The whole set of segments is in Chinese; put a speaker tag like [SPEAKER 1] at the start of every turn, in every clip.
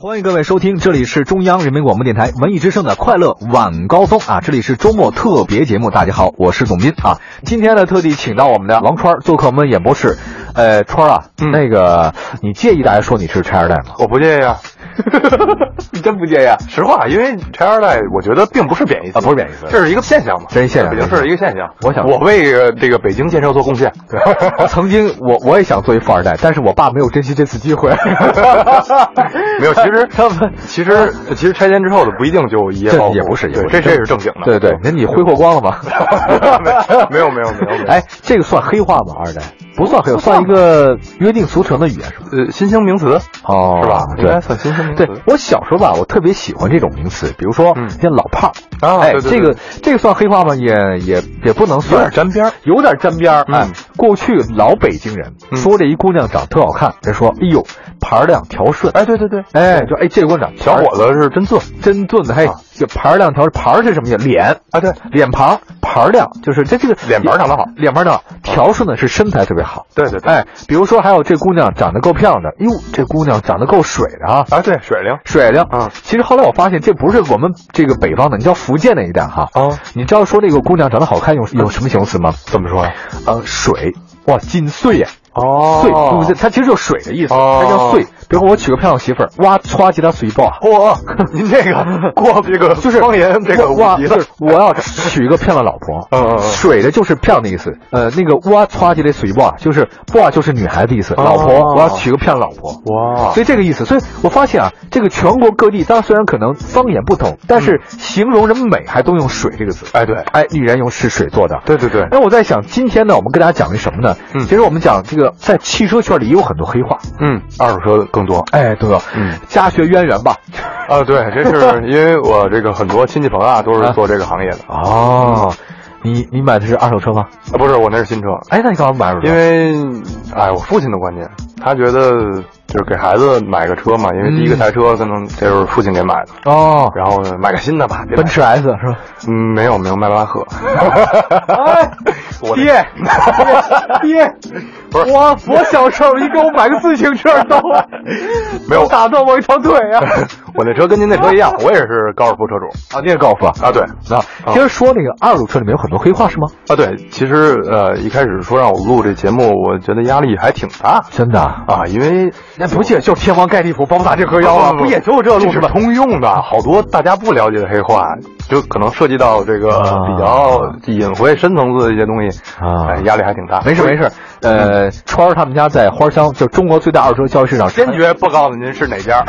[SPEAKER 1] 欢迎各位收听，这里是中央人民广播电台文艺之声的快乐晚高峰啊，这里是周末特别节目。大家好，我是董斌啊。今天呢，特地请到我们的王川做客我们演播室。呃，川啊，那个你介意大家说你是拆二代吗？
[SPEAKER 2] 我不介意啊，
[SPEAKER 1] 你真不介意啊？
[SPEAKER 2] 实话，因为拆二代，我觉得并不是贬义词，
[SPEAKER 1] 啊不是贬义词
[SPEAKER 2] 这是一个现象嘛，
[SPEAKER 1] 这是现象
[SPEAKER 2] 北京市的一个现象。
[SPEAKER 1] 我想
[SPEAKER 2] 我为呃这个北京建设做贡献。对，
[SPEAKER 1] 曾经我我也想做一富二代，但是我爸没有珍惜这次机 会。
[SPEAKER 2] 没有，其实
[SPEAKER 1] 他们
[SPEAKER 2] 其实其实拆迁之后的不一定就一夜
[SPEAKER 1] 啊这
[SPEAKER 2] 暴富，
[SPEAKER 1] 也不是，也
[SPEAKER 2] 对
[SPEAKER 1] 不
[SPEAKER 2] 这这是正经的。嗯
[SPEAKER 1] 对对，那你挥霍光了吗？
[SPEAKER 2] 没有没有没有没有
[SPEAKER 1] 哎，这个算黑话吗？二代不算黑话，算一个约定俗成的语言，是吧？
[SPEAKER 2] 呃，新兴名词
[SPEAKER 1] 哦
[SPEAKER 2] 是吧？应
[SPEAKER 1] 对
[SPEAKER 2] 该。算新兴名
[SPEAKER 1] 对
[SPEAKER 2] 词。
[SPEAKER 1] 我小时候吧，我特别喜欢这种名词，比如说
[SPEAKER 2] 嗯
[SPEAKER 1] 像老炮儿，
[SPEAKER 2] 啊
[SPEAKER 1] 哎，
[SPEAKER 2] 对对
[SPEAKER 1] 这个这个算黑话吗？也也也不能算，
[SPEAKER 2] 有点沾边儿
[SPEAKER 1] 有点沾边儿。
[SPEAKER 2] 嗯
[SPEAKER 1] 哎，过去老北京人
[SPEAKER 2] 嗯
[SPEAKER 1] 说这一姑娘长特好看，人说哎呦盘儿亮条顺，
[SPEAKER 2] 哎，对对对，
[SPEAKER 1] 哎，说哎这姑娘长
[SPEAKER 2] 小伙
[SPEAKER 1] 子
[SPEAKER 2] 子是真俊
[SPEAKER 1] 哎真钝的，嘿，这盘儿亮条盘儿是什么呀？脸，
[SPEAKER 2] 啊，对
[SPEAKER 1] 脸庞盘儿亮，就是这这个
[SPEAKER 2] 脸盘儿长得好啊
[SPEAKER 1] 脸盘儿长得好条顺呢是身材特别好。
[SPEAKER 2] 对对对，
[SPEAKER 1] 哎，比如说还有这姑娘长得够漂亮的，哟，这姑娘长得够水的啊，
[SPEAKER 2] 啊对，水灵
[SPEAKER 1] 水灵
[SPEAKER 2] 啊
[SPEAKER 1] 其实后来我发现，这不是我们这个北方的，你知道福建那一带哈。
[SPEAKER 2] 啊，
[SPEAKER 1] 你知道说这个姑娘长得好看用有什么形容词吗？
[SPEAKER 2] 怎么说呀？
[SPEAKER 1] 呃，水，哇，金穗呀、
[SPEAKER 2] 哦
[SPEAKER 1] 穗，对不对？它其实就是水的意思，
[SPEAKER 2] 哦
[SPEAKER 1] 它叫穗。比如说我娶个漂亮媳妇儿，哇，歘，吉她随抱啊。
[SPEAKER 2] 嚯，您这 个过这个
[SPEAKER 1] 就是
[SPEAKER 2] 方言 这个
[SPEAKER 1] 哇，
[SPEAKER 2] 五级
[SPEAKER 1] 就
[SPEAKER 2] 了
[SPEAKER 1] 是我要娶一个漂亮老 婆，
[SPEAKER 2] 嗯嗯嗯
[SPEAKER 1] 水的就是漂亮的意思，呃，那个哇歘吉的随抱啊，就是哇就是女孩子的意思，老婆，
[SPEAKER 2] 哦
[SPEAKER 1] 我要娶个漂亮老婆，
[SPEAKER 2] 哇
[SPEAKER 1] 所以这个意思，所以我发现啊，这个全国各地，当然虽然可能方言不同，但是形容人美还都用“水”这个字。
[SPEAKER 2] 哎对
[SPEAKER 1] 嗯哎，女人用是水做的。哎
[SPEAKER 2] 对对对，
[SPEAKER 1] 那我在想，今天呢，我们跟大家讲的什么呢？
[SPEAKER 2] 嗯
[SPEAKER 1] 其实我们讲这个，在汽车圈里也有很多黑话。
[SPEAKER 2] 嗯，二手车更多
[SPEAKER 1] 哎，对了，
[SPEAKER 2] 嗯，
[SPEAKER 1] 家学渊源吧。
[SPEAKER 2] 啊，对，这 是因为我这个很多亲戚朋友啊都是做这个行业的啊，
[SPEAKER 1] 哦，你你买的是二手车吗？
[SPEAKER 2] 不是我那是新车，
[SPEAKER 1] 哎，那你干嘛买二手车？
[SPEAKER 2] 因为哎我父亲的观念，他觉得就是给孩子买个车嘛，因为第一
[SPEAKER 1] 嗯
[SPEAKER 2] 个台车可能这是父亲给买的，
[SPEAKER 1] 哦，
[SPEAKER 2] 然后呢买个新的吧，别买
[SPEAKER 1] 奔驰 S 是吧？
[SPEAKER 2] 嗯没有没有迈巴 赫，
[SPEAKER 1] 哎
[SPEAKER 2] 我
[SPEAKER 1] 爹，爹，爹，我我小时候，你给我买个自行车 都
[SPEAKER 2] 没有
[SPEAKER 1] 都打断我一条腿啊！
[SPEAKER 2] 我那车跟您那车一样，我也是高尔夫车主
[SPEAKER 1] 啊，你也高尔夫啊？
[SPEAKER 2] 啊，对，
[SPEAKER 1] 那接着说那个二手车里面有很多黑话是吗？
[SPEAKER 2] 啊，对，其实呃，一开始说让我录这节目，我觉得压力还挺大
[SPEAKER 1] 真的啊？
[SPEAKER 2] 啊，因为
[SPEAKER 1] 那不就就是天王盖地虎、包打这河
[SPEAKER 2] 要
[SPEAKER 1] 妖啊？不也就这路
[SPEAKER 2] 是
[SPEAKER 1] 子吗？
[SPEAKER 2] 通用的，好多大家不了解的黑话，就可能涉及到这个
[SPEAKER 1] 啊
[SPEAKER 2] 比较呃隐晦、深层次的一些东西
[SPEAKER 1] 啊
[SPEAKER 2] 哎压力还挺大。
[SPEAKER 1] 没事没事，呃，川儿他们家在花乡，就中国最大二手车交易市场，
[SPEAKER 2] 坚决不告诉您是哪家，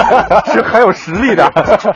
[SPEAKER 1] 是很有实力 的，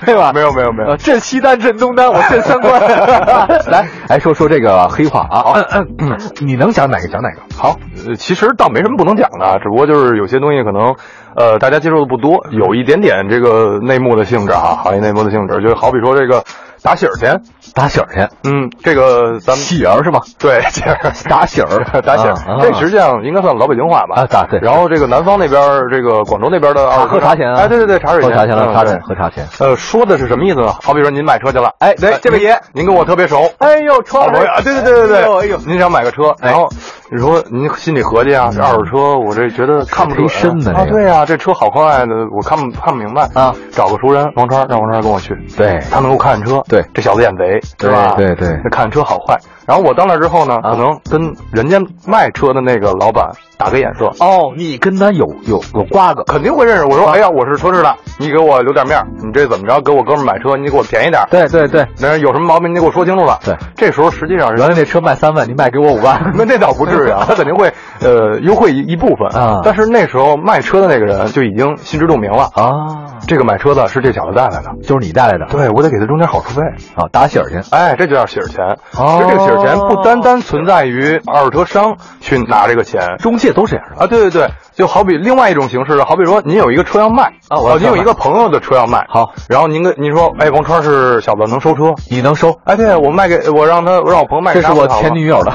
[SPEAKER 1] 对吧？
[SPEAKER 2] 没有没有没有
[SPEAKER 1] 呃，镇西单、镇东单，我镇三关。 来，来说说这个黑话啊，嗯嗯，你能讲哪个讲哪个？
[SPEAKER 2] 好，呃其实倒没什么不能讲的，只不过就是有些东西可能，呃，大家接触的不多，有一点点这个内幕的性质啊，行业内幕的性质，就好比说这个打喜儿钱，
[SPEAKER 1] 打喜儿去，
[SPEAKER 2] 嗯，这个咱们
[SPEAKER 1] 喜儿是吧？
[SPEAKER 2] 对，喜儿
[SPEAKER 1] 打喜儿，
[SPEAKER 2] 打喜儿，
[SPEAKER 1] 啊
[SPEAKER 2] 这实际上应该算老北京话吧？
[SPEAKER 1] 啊打对
[SPEAKER 2] 然后这个南方那边儿，这个广州那边的二
[SPEAKER 1] 啊
[SPEAKER 2] 手
[SPEAKER 1] 喝
[SPEAKER 2] 车
[SPEAKER 1] 茶钱啊！
[SPEAKER 2] 哎，对对对，茶水
[SPEAKER 1] 喝
[SPEAKER 2] 钱，
[SPEAKER 1] 茶钱了，
[SPEAKER 2] 嗯
[SPEAKER 1] 茶
[SPEAKER 2] 对
[SPEAKER 1] 钱喝茶钱。
[SPEAKER 2] 呃，说的是什么意思呢？好比说您买车去了，
[SPEAKER 1] 哎对这位爷
[SPEAKER 2] 您，您跟我特别熟，
[SPEAKER 1] 哎呦，
[SPEAKER 2] 好
[SPEAKER 1] 川
[SPEAKER 2] 朋友啊，对对对对对，
[SPEAKER 1] 哎呦哎呦，
[SPEAKER 2] 您想买个车，
[SPEAKER 1] 哎嗯
[SPEAKER 2] 然后你说您心里合计啊，这二手车我这觉得看不准
[SPEAKER 1] 忒深了
[SPEAKER 2] 啊，
[SPEAKER 1] 这个
[SPEAKER 2] 对呀，这车好快的，我看不看不明白
[SPEAKER 1] 啊，
[SPEAKER 2] 找个熟人王川，让王川跟我去，
[SPEAKER 1] 对
[SPEAKER 2] 他能够看车，
[SPEAKER 1] 对
[SPEAKER 2] 这小子眼贼，
[SPEAKER 1] 对
[SPEAKER 2] 是吧？
[SPEAKER 1] 对对
[SPEAKER 2] 这看车好坏。然后我到那之后呢，
[SPEAKER 1] 啊
[SPEAKER 2] 可能跟人家卖车的那个老板打个眼色，
[SPEAKER 1] 哦，你跟他有有有瓜葛，
[SPEAKER 2] 肯定会认识。我说，哎呀，我是车市的，你给我留点面儿，你这怎么着？给我哥们儿买车，你给我便宜点儿。
[SPEAKER 1] 对对对，
[SPEAKER 2] 那有什么毛病，你给我说清楚了。
[SPEAKER 1] 对，
[SPEAKER 2] 这时候实际上人
[SPEAKER 1] 原来那车卖三万，你卖给我五 万，
[SPEAKER 2] 那那倒不至于啊，他肯定会呃优惠一一部分
[SPEAKER 1] 啊
[SPEAKER 2] 但是那时候卖车的那个人就已经心知肚明了，
[SPEAKER 1] 啊，
[SPEAKER 2] 这个买车的是这小子带来的，
[SPEAKER 1] 就是你带来的
[SPEAKER 2] 对我得给他中间好处费。
[SPEAKER 1] 啊，打喜儿去。
[SPEAKER 2] 哎，这就叫喜儿钱。
[SPEAKER 1] 哦
[SPEAKER 2] 其实这个喜儿钱不单单存在于二手车商去拿这个钱。
[SPEAKER 1] 中介都这样的
[SPEAKER 2] 啊，对对对，就好比另外一种形式，好比说您有一个车要卖
[SPEAKER 1] 啊我要
[SPEAKER 2] 您有
[SPEAKER 1] 车卖
[SPEAKER 2] 一个朋友的车要卖，
[SPEAKER 1] 好，
[SPEAKER 2] 然后您跟您说，哎，王川是小子能收车，
[SPEAKER 1] 你能收？
[SPEAKER 2] 哎，对我卖给我让他我让我朋友卖给
[SPEAKER 1] 这
[SPEAKER 2] 他
[SPEAKER 1] 是我
[SPEAKER 2] 不就好了
[SPEAKER 1] 前女友的。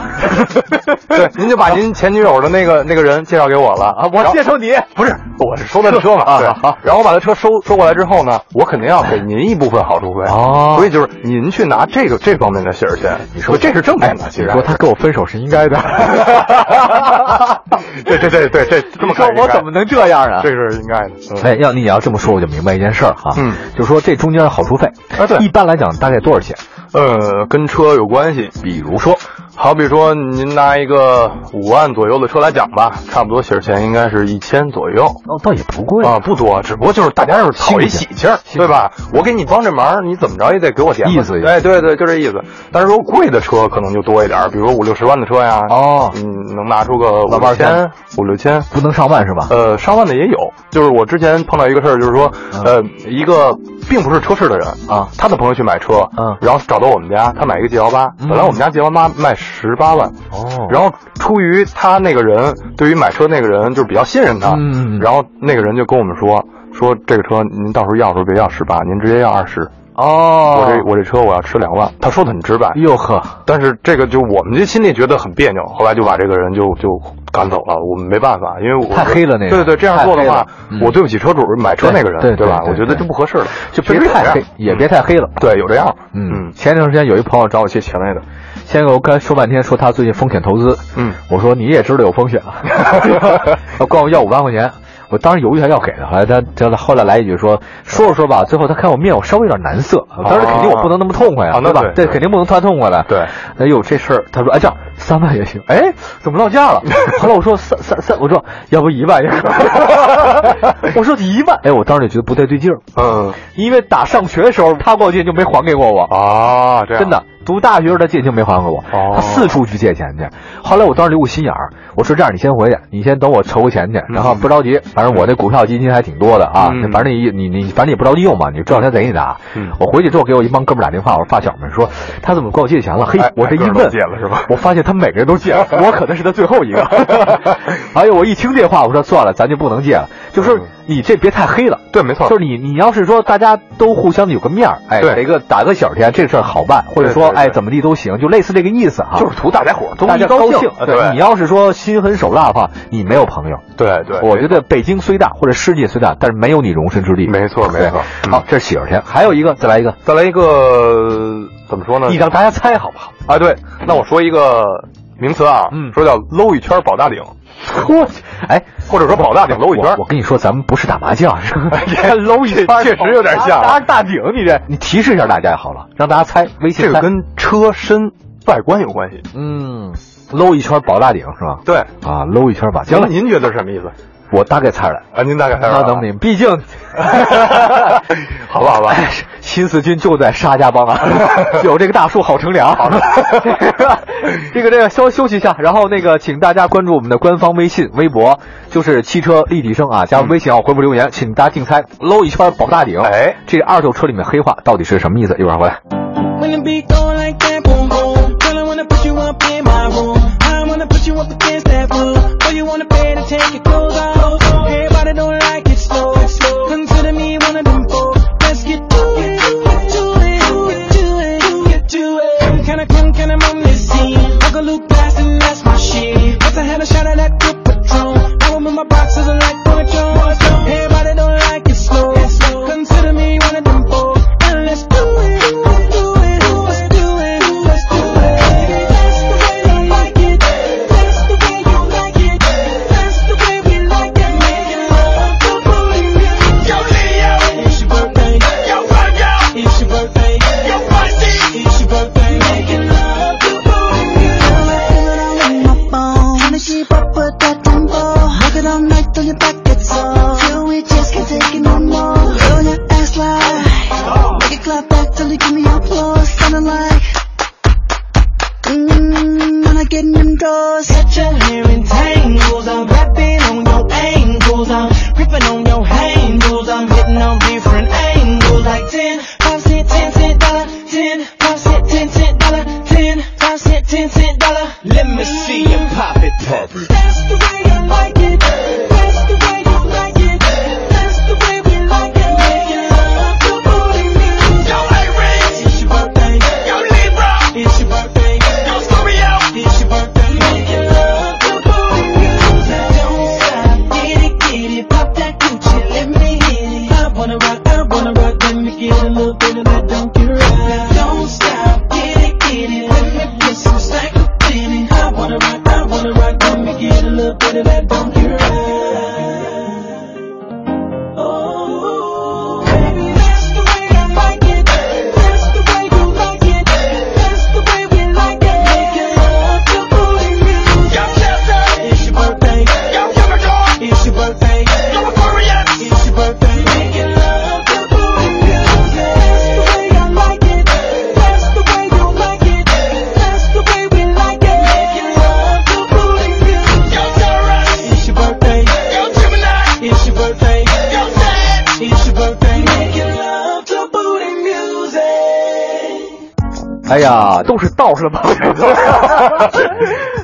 [SPEAKER 2] 对， 您就把您前女友的那个那个人介绍给我了
[SPEAKER 1] 啊，我
[SPEAKER 2] 然后
[SPEAKER 1] 介绍你，
[SPEAKER 2] 不是， 我是收他的车 嘛，
[SPEAKER 1] 啊
[SPEAKER 2] 对，
[SPEAKER 1] 好
[SPEAKER 2] 然后我把他车收收过来之后呢，我肯定要给您一部分好处费，
[SPEAKER 1] 哦
[SPEAKER 2] 所以就是您去拿这个这方面的信儿钱，你说这是正面的，啊其实
[SPEAKER 1] 哎你说他跟我分手是应该的，
[SPEAKER 2] 对对对对对，这么
[SPEAKER 1] 你说
[SPEAKER 2] 看
[SPEAKER 1] 我怎么能这样啊
[SPEAKER 2] 这？个是应该的，嗯
[SPEAKER 1] 哎，要你要这么说，我就明白一件事儿哈，
[SPEAKER 2] 嗯，
[SPEAKER 1] 就说这中间好处费
[SPEAKER 2] 啊对
[SPEAKER 1] 一般来讲大概多少钱？
[SPEAKER 2] 呃，跟车有关系，
[SPEAKER 1] 比如说，
[SPEAKER 2] 好比说您拿一个五万左右的车来讲吧，差不多洗儿钱应该是一千左右。
[SPEAKER 1] 哦，倒也不贵
[SPEAKER 2] 啊，不多，只不过就是大家要是讨一喜气儿，
[SPEAKER 1] 新鲜
[SPEAKER 2] 对吧？我给你帮这忙，你怎么着也得给我钱吧
[SPEAKER 1] 意思意思
[SPEAKER 2] 哎，对对，就这意思。但是如果贵的车可能就多一点儿，比如五六十万的车呀，
[SPEAKER 1] 哦
[SPEAKER 2] 嗯，能拿出个
[SPEAKER 1] 老伴
[SPEAKER 2] 五六
[SPEAKER 1] 儿
[SPEAKER 2] 千、五六千，
[SPEAKER 1] 不能上万是吧？
[SPEAKER 2] 呃，上万的也有。就是我之前碰到一个事儿，就是说，
[SPEAKER 1] 嗯
[SPEAKER 2] 呃，一个并不是车市的人
[SPEAKER 1] 啊
[SPEAKER 2] 他的朋友去买车，
[SPEAKER 1] 嗯
[SPEAKER 2] 然后找到我们家，他买一个 G 幺八，
[SPEAKER 1] 嗯
[SPEAKER 2] 本来我们家 G 幺八卖十八万，
[SPEAKER 1] 哦
[SPEAKER 2] 呃然后出于他那个人对于买车那个人就是比较信任他，
[SPEAKER 1] 嗯
[SPEAKER 2] 然后那个人就跟我们说说这个车您到时候要的时候别要十八，您直接要二十、
[SPEAKER 1] 哦
[SPEAKER 2] 我这我这车我要吃两万，他说的很直白，
[SPEAKER 1] 哟呵，
[SPEAKER 2] 但是这个就我们就心里觉得很别扭，后来就把这个人就就赶走了，我们没办法，因为我
[SPEAKER 1] 太黑了那个
[SPEAKER 2] 对对对，这样做的话
[SPEAKER 1] 太黑了嗯，
[SPEAKER 2] 我对不起车主买车那个人，
[SPEAKER 1] 对对
[SPEAKER 2] 吧？
[SPEAKER 1] 对对
[SPEAKER 2] 我觉得这不合适了，
[SPEAKER 1] 就
[SPEAKER 2] 确
[SPEAKER 1] 别
[SPEAKER 2] 实有这
[SPEAKER 1] 太
[SPEAKER 2] 样
[SPEAKER 1] 黑，也别太黑了。
[SPEAKER 2] 对，有这样，
[SPEAKER 1] 嗯，，前一段时间有一朋友找我借钱来的，先给我跟说半天，说他最近风险投资。
[SPEAKER 2] 嗯，
[SPEAKER 1] 我说你也知道有风险啊， 他管我要五万块钱，我当时犹豫还要给他，后来他他后来来一句说说着说吧，最后他看我面我稍微有点难色，当时肯定我不能那么痛快
[SPEAKER 2] 啊那
[SPEAKER 1] 对吧？
[SPEAKER 2] 对
[SPEAKER 1] 这肯定不能太痛快了。
[SPEAKER 2] 对，
[SPEAKER 1] 哎呦这事儿，他说哎这样三万也行，哎怎么落价 了？后来我说三三三，我说要不一万也可 以，我说一万，哎我当时就觉得不太对劲儿，
[SPEAKER 2] 嗯
[SPEAKER 1] 因为打上学的时候他给我借就没还给过我。
[SPEAKER 2] 啊，这样
[SPEAKER 1] 真的，读大学时候他借钱没还给我，
[SPEAKER 2] 哦
[SPEAKER 1] 他四处去借钱去。后来我当时留个心眼儿，我说这样你先回去，你先等我筹个钱去，然后不着急，反正我这股票基金还挺多的啊，
[SPEAKER 2] 嗯
[SPEAKER 1] 反正你你你反正也不着急用嘛，你这两天再给你打。
[SPEAKER 2] 嗯
[SPEAKER 1] 我回去之后给我一帮哥们儿打电话，我发小们说他怎么管我借钱了？嘿
[SPEAKER 2] 哎，
[SPEAKER 1] 我这一
[SPEAKER 2] 挨个儿
[SPEAKER 1] 问
[SPEAKER 2] 都借了是吧
[SPEAKER 1] 我发现他每个人都借了，我可能是他最后一个。 哎呦，我一听这话，我说算了，咱就不能借了，就是
[SPEAKER 2] 嗯
[SPEAKER 1] 你这别太黑了。
[SPEAKER 2] 对，没错，
[SPEAKER 1] 就是你，你要是说大家都互相的有个面儿，哎，
[SPEAKER 2] 啊对
[SPEAKER 1] 给个打个小天，这事儿好办，或者说
[SPEAKER 2] 对对对
[SPEAKER 1] 哎怎么地都行，就类似这个意思哈。
[SPEAKER 2] 就是图大家伙儿都
[SPEAKER 1] 啊大
[SPEAKER 2] 一
[SPEAKER 1] 家高
[SPEAKER 2] 兴，
[SPEAKER 1] 对，你要是说心狠手辣的话，你没有朋友。
[SPEAKER 2] 对对，
[SPEAKER 1] 我觉得北京虽大，或者世界虽大，但是没有你容身之地。
[SPEAKER 2] 没错没
[SPEAKER 1] 对
[SPEAKER 2] 错嗯
[SPEAKER 1] 好，这是喜儿天，还有一个，再来一个，
[SPEAKER 2] 再来一个怎么说呢？
[SPEAKER 1] 你让大家猜好不 好？
[SPEAKER 2] 啊，对，那我说一个名词啊，
[SPEAKER 1] 嗯
[SPEAKER 2] 说叫搂一圈儿保大顶，
[SPEAKER 1] 我去，哎，
[SPEAKER 2] 或者说保大顶搂一圈
[SPEAKER 1] 我
[SPEAKER 2] 儿
[SPEAKER 1] 我。跟你说，咱们不是打麻将，是吧
[SPEAKER 2] 搂一
[SPEAKER 1] 圈儿
[SPEAKER 2] 确实有点像啊，
[SPEAKER 1] 拿着大顶，你这，你提示一下大家好了，让大家猜，微信
[SPEAKER 2] 这个
[SPEAKER 1] 猜
[SPEAKER 2] 跟车身外观有关系。
[SPEAKER 1] 嗯，搂一圈保大顶是吧？
[SPEAKER 2] 对，
[SPEAKER 1] 啊，搂一圈吧。行
[SPEAKER 2] 行
[SPEAKER 1] 了
[SPEAKER 2] 了，，您觉得是什么意思？
[SPEAKER 1] 我大概猜出来。
[SPEAKER 2] 啊，您大概猜
[SPEAKER 1] 那
[SPEAKER 2] 吧
[SPEAKER 1] 等你，毕竟，
[SPEAKER 2] 好吧好吧
[SPEAKER 1] 哎，新四军就在沙家 浜啊，有这个大树好乘凉。好的， 这个这个稍休息一下，然后那个请大家关注我们的官方微信、微博，就是汽车立体声啊，加微信啊，回复留言，请大家竞猜，搂一圈保大顶。
[SPEAKER 2] 嗯哎，
[SPEAKER 1] 这个二手车里面黑话到底是什么意思？一会儿回来。
[SPEAKER 3] When the beat go like that, boom boom. Girl, I wanna put you up in my room. I wanna put you up against that wall. Boy, you wanna pay to take your clothes off. Everybody don't like it slow. Consider me one of them four. Let's get to it, get to it, get to it, get to it. Kinda come, kinda mum this scene. Uncle Luke Bass and that's my shit. Once I had a shot of that good patron, I remember my boxes and like bullet joints. Everybody don't like it slow. Consider me one of them four. And let's do it, let's do it, let's do it, let's do it. That's the way we like it. That's the way you like it. That's the way we like it. Making love to booty. Yo, Leo. It's your birthday. Yo, Virgo. It's your birthday. Yo, Pisces. It's your birthday. Making love to booty. Set your hair in tangles. I'm rapping on your ankles. I'm gripping on your handles. I'm hitting on different angles. Like 10, 5 cent, 10 cent dollar. 10, 5 cent, 10 cent dollar. 10, 5 cent, 10 cent dollar. Let me see you pop it, pop it. That's the way you like it. That's the way you like it. That's the way we like it. Making love to booty music. Yo, Aries. It's your birthday. Yo, Libra. It's your birthday. Yo, Scorpio. It's your birthday. Making love
[SPEAKER 1] 哎呀， 都是道 上的朋友。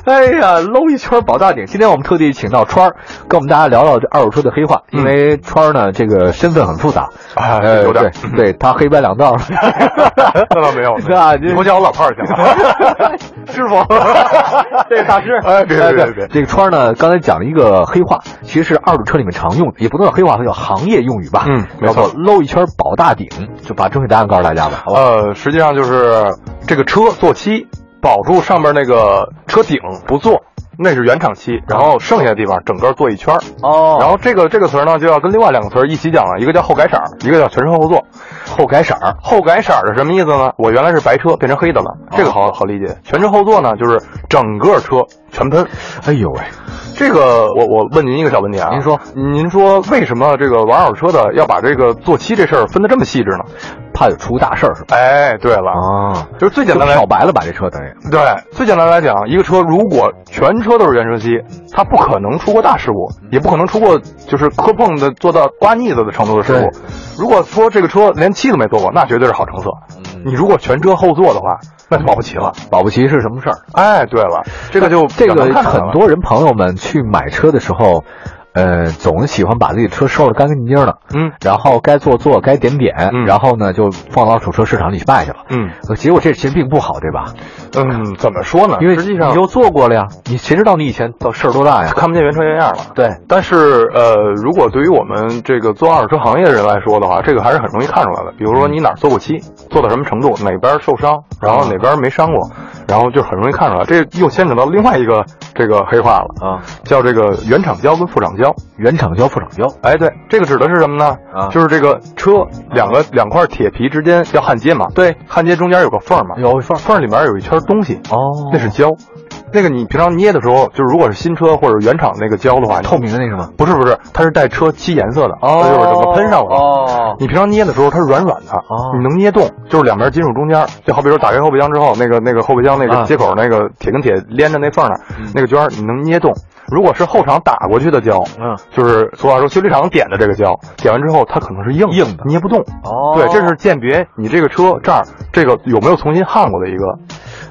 [SPEAKER 1] 哎呀，搂一圈保大顶。今天我们特地请到川儿，跟我们大家聊聊这二手车的黑化，因为川儿呢这个身份很复杂，
[SPEAKER 2] 嗯啊
[SPEAKER 1] 呃，
[SPEAKER 2] 有
[SPEAKER 1] 对
[SPEAKER 2] 点儿，
[SPEAKER 1] 对他黑白两道。
[SPEAKER 2] 那倒没 有，
[SPEAKER 1] 那你
[SPEAKER 2] 你给我叫我老炮儿行 吗？
[SPEAKER 1] 师傅，这个大师，
[SPEAKER 2] 哎别别
[SPEAKER 1] 对
[SPEAKER 2] 别别
[SPEAKER 1] 这个川儿呢，刚才讲了一个黑话，其实是二手车里面常用的，也不能叫黑话，它叫行业用语吧，
[SPEAKER 2] 嗯没
[SPEAKER 1] 叫
[SPEAKER 2] 错
[SPEAKER 1] 做搂一圈保大顶，就把正确答案告诉大家吧，好吧？
[SPEAKER 2] 呃，实际上就是这个车做漆，保住上面那个车顶不做，那是原厂漆，然后剩下的地方整个做一圈儿。
[SPEAKER 1] 哦然
[SPEAKER 2] 然
[SPEAKER 1] 后
[SPEAKER 2] 后这个这个词儿呢，就要跟另外两个词儿一起讲了，一个叫后改色儿，一个叫全车后座。
[SPEAKER 1] 后改色儿，哦
[SPEAKER 2] 后改色儿是什么意思呢？我原来是白车变成黑的了，这个好好理解。全车后座呢，就是整个车全喷。
[SPEAKER 1] 哎呦喂，
[SPEAKER 2] 这个我我问您一个小问题啊，
[SPEAKER 1] 您说，
[SPEAKER 2] 您说为什么这个玩二手车的要把这个做漆这事儿分得这么细致呢？
[SPEAKER 1] 怕有出大事儿是吧？
[SPEAKER 2] 哎，对了，
[SPEAKER 1] 啊，
[SPEAKER 2] 就是最简
[SPEAKER 1] 就
[SPEAKER 2] 单来
[SPEAKER 1] 漂白了吧这车等于，
[SPEAKER 2] 对，最简单来讲，一个车如果全车都是原车漆，
[SPEAKER 1] 嗯
[SPEAKER 2] 它不可能出过大事故，也不可能出过就是磕碰的做到刮腻子的程度的事
[SPEAKER 1] 对
[SPEAKER 2] 故。如果说这个车连漆都没做过，那绝对是好成色。
[SPEAKER 1] 嗯
[SPEAKER 2] 你如果全车后座的话，那嗯就保不齐了。
[SPEAKER 1] 保不齐是什么事儿。
[SPEAKER 2] 哎，对了，这个就
[SPEAKER 1] 嗯这
[SPEAKER 2] 比较
[SPEAKER 1] 个
[SPEAKER 2] 难看出来了
[SPEAKER 1] 很多人朋友们去买车的时候，呃，总喜欢把自己车收拾得干干净净的，
[SPEAKER 2] 嗯
[SPEAKER 1] 然后该做做，该点点，
[SPEAKER 2] 嗯
[SPEAKER 1] 然后呢就放到二手车市场里去卖去了。
[SPEAKER 2] 嗯
[SPEAKER 1] 呃结果这其实并不好，对吧？
[SPEAKER 2] 嗯，怎么说呢？
[SPEAKER 1] 因为
[SPEAKER 2] 实际上
[SPEAKER 1] 你就做过了呀，你谁知道你以前的事儿多大呀？
[SPEAKER 2] 看不见原车原样了。
[SPEAKER 1] 对，
[SPEAKER 2] 但是呃，如果对于我们这个做二手车行业的人来说的话，这个还是很容易看出来的。比如说你哪儿做过漆，做到什么程度，哪边受伤，然后哪边没伤过，然后就很容易看出来。这又牵扯到另外一个这个黑话了，
[SPEAKER 1] 啊，
[SPEAKER 2] 叫这个原厂胶跟副厂胶。
[SPEAKER 1] 原厂交副厂交，
[SPEAKER 2] 哎，对，这个指的是什么呢？
[SPEAKER 1] 啊
[SPEAKER 2] 就是这个车两个两块铁皮之间要焊接嘛，对，焊接中间有个缝儿嘛，
[SPEAKER 1] 有一份儿
[SPEAKER 2] 缝儿里面有一圈东西，
[SPEAKER 1] 哦
[SPEAKER 2] 那是胶。那个你平常捏的时候，就是如果是新车或者原厂那个胶的话，
[SPEAKER 1] 透明的那是吗？
[SPEAKER 2] 不是不是，它是带车漆颜色的，哎它就是整个喷上了。
[SPEAKER 1] 哦，
[SPEAKER 2] 你平常捏的时候它是软软的，
[SPEAKER 1] 哦
[SPEAKER 2] 你能捏动，就是两边金属中间，就好比说打开后备箱之后，那个那个后备箱那
[SPEAKER 1] 啊
[SPEAKER 2] 个接口、那个铁跟铁连着那缝儿那儿、那个圈儿你能捏动。如果是后厂打过去的胶，
[SPEAKER 1] 嗯，
[SPEAKER 2] 就是俗话说修理厂点的这个胶，点完之后它可能是硬
[SPEAKER 1] 硬的
[SPEAKER 2] 捏不动。
[SPEAKER 1] 哦
[SPEAKER 2] 对，这是鉴别你这个车这儿这个有没有重新焊过的一个。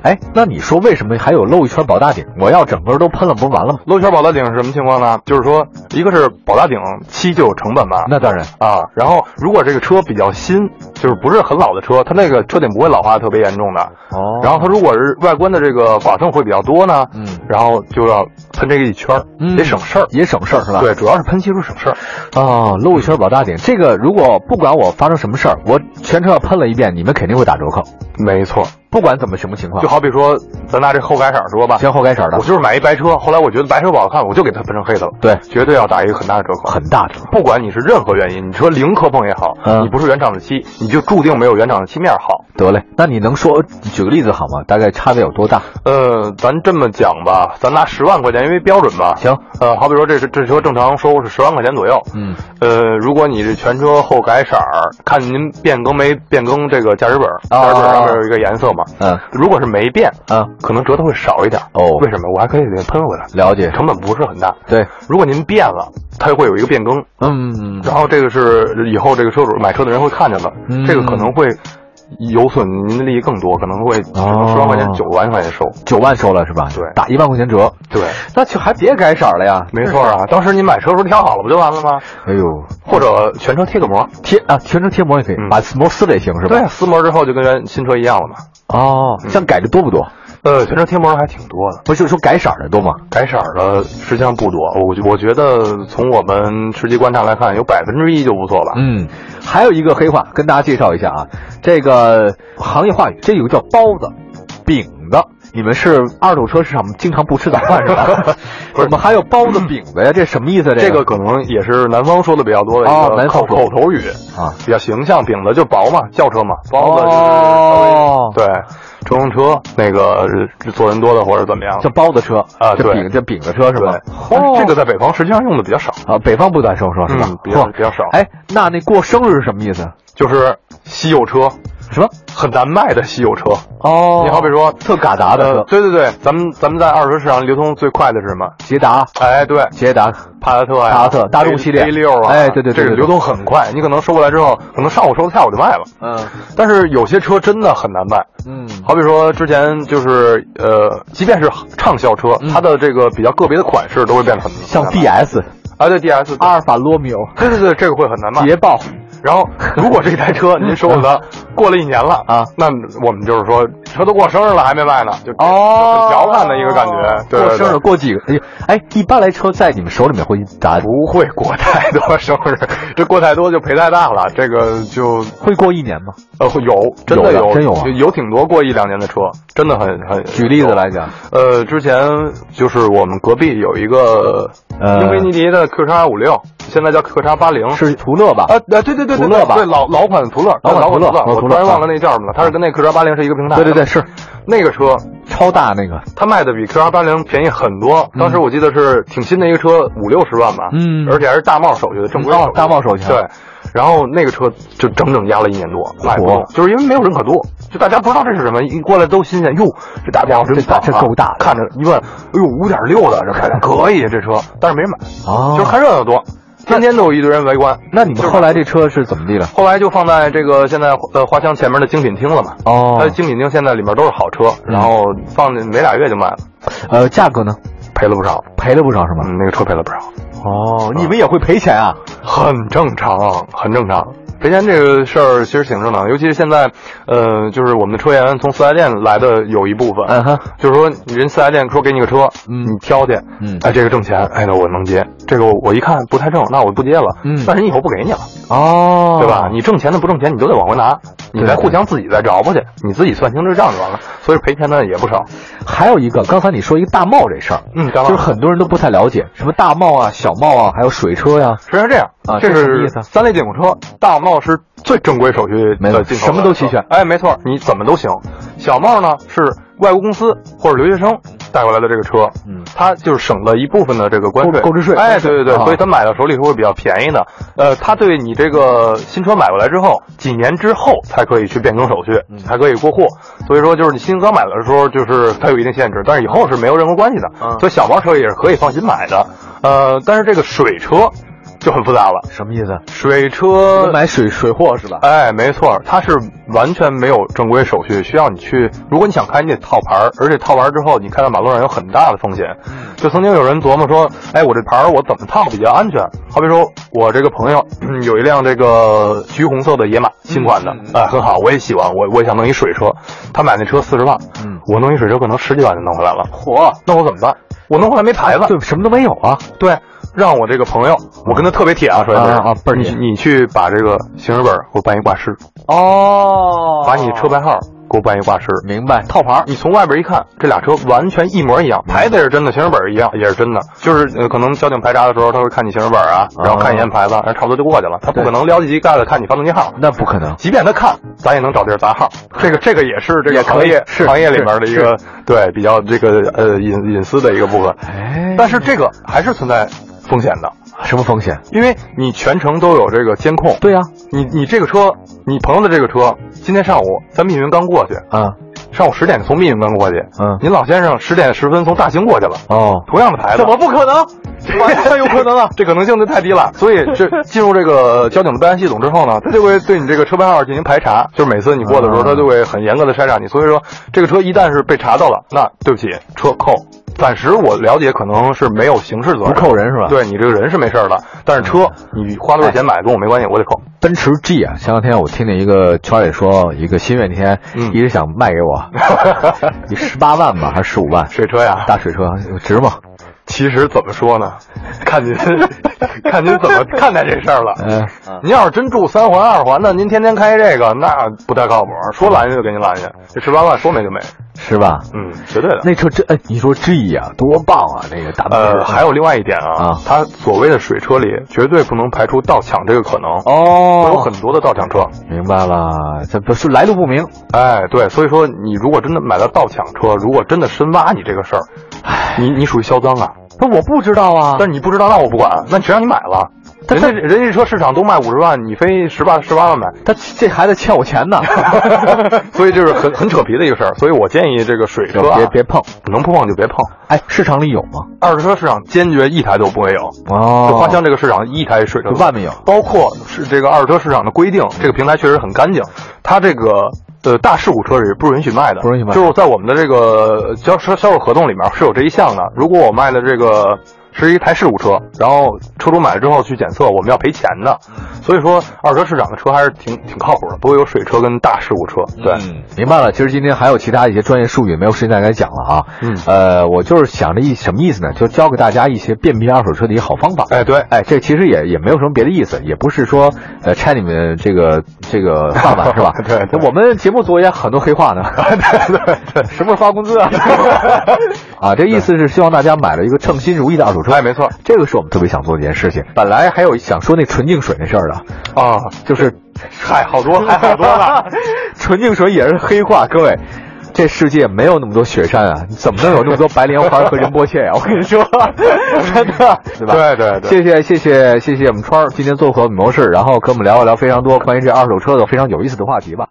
[SPEAKER 1] 哎，那你说为什么还有露一圈保大顶？我要整个都喷了，不是完了吗？
[SPEAKER 2] 楼圈保大顶是什么情况呢？就是说，一个是保大顶漆就有成本吧，
[SPEAKER 1] 那当然，
[SPEAKER 2] 啊，然后如果这个车比较新，就是不是很老的车，它那个车顶不会老化特别严重的。
[SPEAKER 1] 哦
[SPEAKER 2] 然后它如果是外观的这个剐蹭会比较多呢，
[SPEAKER 1] 嗯
[SPEAKER 2] 然后就要喷这个一圈儿，
[SPEAKER 1] 嗯
[SPEAKER 2] 得省事儿。
[SPEAKER 1] 也省事儿是吧？
[SPEAKER 2] 对，主要是喷漆时省事儿。
[SPEAKER 1] 啊，露一圈保大顶，这个如果不管我发生什么事儿，我全车要喷了一遍，你们肯定会打折扣，
[SPEAKER 2] 没错，
[SPEAKER 1] 不管怎么什么情况
[SPEAKER 2] 就。好比说，咱拿这后改色说吧，
[SPEAKER 1] 先后改色儿的
[SPEAKER 2] 我，就是买一白车，后来我觉得白车不好看，我就给它喷成黑的了。
[SPEAKER 1] 对
[SPEAKER 2] 绝对要打一个很大的折扣。
[SPEAKER 1] 很大折。
[SPEAKER 2] 不管你是任何原因，你车零磕碰也好，
[SPEAKER 1] 嗯
[SPEAKER 2] 你不是原厂的漆，你就注定没有原厂的漆面好。
[SPEAKER 1] 得嘞，那你能说举个例子好吗？大概差别有多大？
[SPEAKER 2] 呃，咱这么讲吧，咱拿十万块钱因为标准吧。
[SPEAKER 1] 行。
[SPEAKER 2] 呃，好比说这是这车正常收是十万块钱左右。
[SPEAKER 1] 嗯。
[SPEAKER 2] 呃，如果你这全车后改色儿，看您变更没变更这个驾驶本儿，
[SPEAKER 1] 啊
[SPEAKER 2] 驾驶本儿上面有一个颜色嘛。
[SPEAKER 1] 嗯
[SPEAKER 2] 如果是没变，
[SPEAKER 1] 啊，
[SPEAKER 2] 可能折的会少一点。
[SPEAKER 1] 哦
[SPEAKER 2] 为什么？我还可以给它喷回来，
[SPEAKER 1] 了解。
[SPEAKER 2] 成本不是很大。
[SPEAKER 1] 对，
[SPEAKER 2] 如果您变了，它会有一个变更，
[SPEAKER 1] 嗯，
[SPEAKER 2] 然后这个是以后这个车主买车的人会看见的，
[SPEAKER 1] 嗯
[SPEAKER 2] 这个可能会有损您的利益更多，可能会
[SPEAKER 1] 哦
[SPEAKER 2] 十万块钱九万块钱收。
[SPEAKER 1] 九万收了是吧？
[SPEAKER 2] 对
[SPEAKER 1] 打一万块钱折。
[SPEAKER 2] 对，
[SPEAKER 1] 那就还别改色儿了呀。
[SPEAKER 2] 没错啊，当时你买车时候挑好了不就完了吗？
[SPEAKER 1] 哎呦，
[SPEAKER 2] 或者全车贴个膜，
[SPEAKER 1] 贴啊，全程贴膜也可以，
[SPEAKER 2] 嗯
[SPEAKER 1] 把膜撕了也行是吧？
[SPEAKER 2] 对，。啊嗯撕膜之后就跟原新车一样了嘛。
[SPEAKER 1] 哦，像改的多不多？
[SPEAKER 2] 呃，全车贴膜还挺多的，
[SPEAKER 1] 不是就是说改色儿的多吗？
[SPEAKER 2] 改色儿的实际上不多。我我觉得从我们实际观察来看，有百分之一就不错吧。
[SPEAKER 1] 嗯，还有一个黑话跟大家介绍一下啊，这个行业话语，这有个叫包子、饼子，你们是二手车市场经常不吃早饭是 吧？
[SPEAKER 2] 不是
[SPEAKER 1] 怎么还有包子、饼子呀？这什么意思啊？
[SPEAKER 2] 这
[SPEAKER 1] 个
[SPEAKER 2] 个可能也是南方说的比较多的一
[SPEAKER 1] 哦
[SPEAKER 2] 个
[SPEAKER 1] 南方
[SPEAKER 2] 口
[SPEAKER 1] 说
[SPEAKER 2] 口头语
[SPEAKER 1] 啊，
[SPEAKER 2] 比较形象。饼子就薄嘛，轿车嘛，包子就是
[SPEAKER 1] 哦
[SPEAKER 2] 稍微对，乘用车那个呃坐人多的或者怎么样
[SPEAKER 1] 叫包子车
[SPEAKER 2] 啊
[SPEAKER 1] 这
[SPEAKER 2] 对
[SPEAKER 1] 饼这饼子车是
[SPEAKER 2] 对
[SPEAKER 1] 吧？，
[SPEAKER 2] 但
[SPEAKER 1] 哦
[SPEAKER 2] 是这个在北方实际上用的比较少，
[SPEAKER 1] 啊，北方不咋收说是吧
[SPEAKER 2] 嗯？比较
[SPEAKER 1] 嚯
[SPEAKER 2] 比较少
[SPEAKER 1] 哎，那那过生日是什么意思？
[SPEAKER 2] 就是稀有车
[SPEAKER 1] 什么？
[SPEAKER 2] 很难卖的稀有车。
[SPEAKER 1] 哦，
[SPEAKER 2] 你好比说
[SPEAKER 1] 特嘎达的
[SPEAKER 2] 呃
[SPEAKER 1] 车，
[SPEAKER 2] 对对对，咱们咱们在二手市场流通最快的是什么？
[SPEAKER 1] 捷达、
[SPEAKER 2] 哎，对，
[SPEAKER 1] 捷达，
[SPEAKER 2] 帕萨特呀、
[SPEAKER 1] 帕萨特大众系列
[SPEAKER 2] A 六啊，
[SPEAKER 1] 哎对对对
[SPEAKER 2] 这
[SPEAKER 1] 对
[SPEAKER 2] 个
[SPEAKER 1] 对
[SPEAKER 2] 流通很快，你可能收过来之后，可能上午收的下午就卖了。
[SPEAKER 1] 嗯
[SPEAKER 2] 但是有些车真的很难卖，
[SPEAKER 1] 嗯，
[SPEAKER 2] 好比说之前就是呃，即便是畅销车，
[SPEAKER 1] 嗯
[SPEAKER 2] 它的这个比较个别的款式都会变得很难卖
[SPEAKER 1] 像 DS、
[SPEAKER 2] 啊，对 DS
[SPEAKER 1] 阿尔法罗密欧、
[SPEAKER 2] 对对对，这个会很难卖。
[SPEAKER 1] 捷豹，
[SPEAKER 2] 然后，如果这 台车您手里的过了一年了
[SPEAKER 1] 嗯啊
[SPEAKER 2] 那我们就是说车都过生日了还没卖呢，就
[SPEAKER 1] 哦
[SPEAKER 2] 就很调侃的一个感觉。对
[SPEAKER 1] 过
[SPEAKER 2] 对
[SPEAKER 1] 生日
[SPEAKER 2] 对，
[SPEAKER 1] 过几个？哎呦哎，一般来车在你们手里面会咋？
[SPEAKER 2] 不会过太多生日， 这过太多就赔太大了。这个就
[SPEAKER 1] 会过一年吗？
[SPEAKER 2] 呃会有真的
[SPEAKER 1] 有的
[SPEAKER 2] 有
[SPEAKER 1] 真有啊
[SPEAKER 2] 有挺多过一两年的车，真的很很。
[SPEAKER 1] 举例子来讲，
[SPEAKER 2] 呃，之前就是我们隔壁有一个
[SPEAKER 1] 呃
[SPEAKER 2] 英菲尼迪的 Q 叉五六，现在叫 Q 叉八零，
[SPEAKER 1] 是途乐吧？
[SPEAKER 2] 啊啊，对对对对，
[SPEAKER 1] 途
[SPEAKER 2] 对
[SPEAKER 1] 乐吧
[SPEAKER 2] 对老老款途乐，
[SPEAKER 1] 老款
[SPEAKER 2] 老
[SPEAKER 1] 途乐老
[SPEAKER 2] 我
[SPEAKER 1] 途
[SPEAKER 2] 突
[SPEAKER 1] 乐
[SPEAKER 2] 然忘
[SPEAKER 1] 啊
[SPEAKER 2] 了那叫什么了，它是跟那 Q 叉八零是一个平台。
[SPEAKER 1] 对对对，，是
[SPEAKER 2] 那个车
[SPEAKER 1] 超大那个，
[SPEAKER 2] 它卖的比 Q 叉八零便宜很多，当时我记得是挺新的一个车，五六十万吧，
[SPEAKER 1] 嗯
[SPEAKER 2] 而且还是大贸手续的正规
[SPEAKER 1] 哦
[SPEAKER 2] 手续，
[SPEAKER 1] 大贸手续啊
[SPEAKER 2] 对。然后那个车就整整压了一年多，卖不动
[SPEAKER 1] 嚯，
[SPEAKER 2] 就是因为没有认可度，就大家不知道这是什么，一过来都新鲜，哟，这大家伙真
[SPEAKER 1] 这大
[SPEAKER 2] 棒啊
[SPEAKER 1] 这够大的
[SPEAKER 2] 看着一问，哎呦，五点六的这开 的可以这车，但是没人买，
[SPEAKER 1] 哦
[SPEAKER 2] 就是看热闹多，天天都有一堆人围观。
[SPEAKER 1] 那你
[SPEAKER 2] 就
[SPEAKER 1] 们
[SPEAKER 2] 是
[SPEAKER 1] 后来这车是怎么地了？
[SPEAKER 2] 后来就放在这个现在呃花乡前面的精品厅了嘛。
[SPEAKER 1] 哦嗯
[SPEAKER 2] 它的精品厅现在里面都是好车，然后放进没俩月就卖了，
[SPEAKER 1] 呃，价格呢？
[SPEAKER 2] 赔了不少。
[SPEAKER 1] 赔了不少是吗？
[SPEAKER 2] 嗯，那个车赔了不少，
[SPEAKER 1] 哦，你们也会赔钱啊？
[SPEAKER 2] 很正常，很正常。赔钱这个事儿其实挺正常的，尤其是现在，呃，就是我们的车源从四 S 店来的有一部分，
[SPEAKER 1] 嗯哼，
[SPEAKER 2] 就是说人四 S 店说给你个车，
[SPEAKER 1] 嗯
[SPEAKER 2] 你挑去，
[SPEAKER 1] 嗯
[SPEAKER 2] 哎，这个挣钱，哎，那我能接，这个我我一看不太挣，那我不接了，
[SPEAKER 1] 嗯
[SPEAKER 2] 但是以后不给你了。
[SPEAKER 1] 哦，
[SPEAKER 2] 对吧？你挣钱的不挣钱，你都得往回拿，你再互相自己再找吧去，你自己算清这账就完了。所以赔钱的也不少。
[SPEAKER 1] 还有一个，刚才你说一个大贸这事儿，
[SPEAKER 2] 嗯，干
[SPEAKER 1] 就是？
[SPEAKER 2] 嘛
[SPEAKER 1] 很多人都不太了解，什么大贸啊、小贸啊，还有水车呀、
[SPEAKER 2] 实际上这样
[SPEAKER 1] 啊
[SPEAKER 2] 这
[SPEAKER 1] 这是什么意
[SPEAKER 2] 是
[SPEAKER 1] 思
[SPEAKER 2] 三类进口车，大贸是最正规手续
[SPEAKER 1] 没错
[SPEAKER 2] 的进口，
[SPEAKER 1] 什么都齐全
[SPEAKER 2] 哎，没错，你怎么都行。小贸呢是外国公司或者留学生带过来的这个车，
[SPEAKER 1] 嗯，
[SPEAKER 2] 它就是省了一部分的这个关税、
[SPEAKER 1] 购购置税
[SPEAKER 2] 哎，对对对，
[SPEAKER 1] 啊
[SPEAKER 2] 所以他买到手里是会比较便宜的。呃，他对你这个新车买过来之后，几年之后才可以去变更手续，
[SPEAKER 1] 嗯
[SPEAKER 2] 才可以过户。所以说，就是你新刚买的时候，就是它有一定限制，但是以后是没有任何关系的。
[SPEAKER 1] 嗯
[SPEAKER 2] 所以小毛车也是可以放心买的。呃，但是这个水车就很复杂了，
[SPEAKER 1] 什么意思？
[SPEAKER 2] 水车。
[SPEAKER 1] 买水水货是吧？
[SPEAKER 2] 哎，没错，它是完全没有正规手续，需要你去。如果你想开，你得套牌儿，而且套牌儿之后，你开到马路上有很大的风险。就曾经有人琢磨说，哎，我这牌儿我怎么套比较安全？好比说我这个朋友嗯有一辆这个橘红色的野马，新款的，啊、很好，我也喜欢，我我也想弄一水车。他买那车四十万，
[SPEAKER 1] 嗯
[SPEAKER 2] 我弄一水车可能十几万就弄回来了，
[SPEAKER 1] 火，
[SPEAKER 2] 那我怎么办？我弄回来没牌子，
[SPEAKER 1] 对，什么都没有啊。
[SPEAKER 2] 对，让我这个朋友，我跟他特别铁啊，说先
[SPEAKER 1] 啊啊倍儿
[SPEAKER 2] 你
[SPEAKER 1] 铁
[SPEAKER 2] 你去把这个行驶本儿给我办一挂失，
[SPEAKER 1] 哦
[SPEAKER 2] 把你车牌号给我办一挂失。
[SPEAKER 1] 明白套牌儿，
[SPEAKER 2] 你从外边一看，这俩车完全一模一样，牌子也是真的，行驶本儿一样也是真的。就是呃，可能交警排查的时候，他会看你行驶本儿啊，然后看一眼牌子，然后差不多就过去了。他不
[SPEAKER 1] 哦对
[SPEAKER 2] 可能撩起一盖子看你发动机号，
[SPEAKER 1] 那不可能。
[SPEAKER 2] 即便他看，咱也能找地儿砸号。这个这个也是这
[SPEAKER 1] 也
[SPEAKER 2] 个
[SPEAKER 1] 可
[SPEAKER 2] 行
[SPEAKER 1] 以
[SPEAKER 2] 业
[SPEAKER 1] 是
[SPEAKER 2] 行业里面的一个对比较这个呃隐隐私的一个部分。
[SPEAKER 1] 哎
[SPEAKER 2] 但是这个还是存在风险的，
[SPEAKER 1] 什么风险？
[SPEAKER 2] 因为你全程都有这个监控。
[SPEAKER 1] 对呀、
[SPEAKER 2] 你你这个车，你朋友的这个车，今天上午咱密云刚过去，
[SPEAKER 1] 啊，
[SPEAKER 2] 上午十点从密云刚过去，
[SPEAKER 1] 嗯
[SPEAKER 2] 您老先生十点十分从大兴过去了，
[SPEAKER 1] 哦，
[SPEAKER 2] 同样的牌子，
[SPEAKER 1] 怎么不可 能？完全有可能啊！
[SPEAKER 2] 这可能性就太低了。所以 这进入这个交警的备案系统之后呢，他就会对你这个车牌号进行排查，就是每次你过的时候，
[SPEAKER 1] 嗯
[SPEAKER 2] 他就会很严格的筛查你。所以说，这个车一旦是被查到了，那对不起，车扣。暂时我了解可能是没有刑事责
[SPEAKER 1] 不
[SPEAKER 2] 任，
[SPEAKER 1] 扣人是吧？，嗯
[SPEAKER 2] 对你这个人是没事儿的，但是车你花多少钱买跟我没关系，我得扣。
[SPEAKER 1] 奔驰 G 啊，前两天我听见一个圈里说，一个心愿天、
[SPEAKER 2] 嗯
[SPEAKER 1] 一直想卖给我， 你十八万吧，还是十五万？
[SPEAKER 2] 水车呀，
[SPEAKER 1] 大水车值吗？
[SPEAKER 2] 其实怎么说呢，看您看您怎么看待这事儿了。
[SPEAKER 1] 嗯、
[SPEAKER 2] 您要是真住三环二环的，您天天开这个，那不太靠谱。说拦下就给您拦下，这十八万说没就没，
[SPEAKER 1] 是吧？
[SPEAKER 2] 嗯，绝对的。
[SPEAKER 1] 那车真哎，你说 G 啊，多棒啊！那个大奔驰、
[SPEAKER 2] 呃，还有另外一点啊，
[SPEAKER 1] 啊
[SPEAKER 2] 它所谓的水车里绝对不能排除盗抢这个可能，
[SPEAKER 1] 哦，
[SPEAKER 2] 有很多的盗抢车。
[SPEAKER 1] 明白了，这不是来路不明，
[SPEAKER 2] 哎，对，所以说你如果真的买了盗抢车，如果真的深挖你这个事儿，你你属于销赃啊。
[SPEAKER 1] 那我不知道啊。
[SPEAKER 2] 但是你不知道，那我不管，那谁让你买了？
[SPEAKER 1] 他
[SPEAKER 2] 人家
[SPEAKER 1] 他
[SPEAKER 2] 人家车市场都卖五十万，你非十八十八万买，
[SPEAKER 1] 他这孩子欠我钱 呢，
[SPEAKER 2] 所以这是很很扯皮的一个事儿。所以我建议这个水车、啊、
[SPEAKER 1] 别别碰。
[SPEAKER 2] 能不碰就别碰，
[SPEAKER 1] 哎，市场里有吗？
[SPEAKER 2] 二手车市场坚决一台都不会有。
[SPEAKER 1] 哦
[SPEAKER 2] 就花乡这个市场一台水车都
[SPEAKER 1] 外面有
[SPEAKER 2] 包括是这个二手车市场的规定，这个平台确实很干净，它这个。呃，大事故车是不允许卖的，
[SPEAKER 1] 不允许卖
[SPEAKER 2] 就是在我们的这个销车销售合同里面是有这一项的。如果我卖的这个是一台事故车，然后车主买了之后去检测，我们要赔钱的。所以说，二手车市场的车还是挺挺靠谱的，不会有水车跟大事故车。对，
[SPEAKER 1] 嗯，明白了。其实今天还有其他一些专业术语没有时间再来讲了啊。
[SPEAKER 2] 嗯
[SPEAKER 1] 呃，我就是想着一什么意思呢？就教给大家一些辨别二手车的一个好方法。
[SPEAKER 2] 哎，对，？
[SPEAKER 1] 哎，这其实也也没有什么别的意思，也不是说呃拆你们这个这个饭碗是吧
[SPEAKER 2] 对对
[SPEAKER 1] 我们节目组也很多黑话 呢。对对对， 什么时候发工资啊？啊，这意思是希望大家买了一个称心如意的二手车。
[SPEAKER 2] 哎，没错
[SPEAKER 1] 这个是我们特别想做的一件事情。本来还有想说那纯净水那事儿的，
[SPEAKER 2] 啊，
[SPEAKER 1] 就是
[SPEAKER 2] 嗨，好多，还好多 了。
[SPEAKER 1] 纯净水也是黑话，各位。这世界没有那么多雪山啊，怎么能有那么多白莲花和仁波切呀、我跟你 说，真的，对吧？
[SPEAKER 2] 对对对
[SPEAKER 1] 谢谢谢谢谢谢我们川儿今天做客我们模式，然后跟我们聊一聊非常多关于这二手车的非常有意思的话题吧。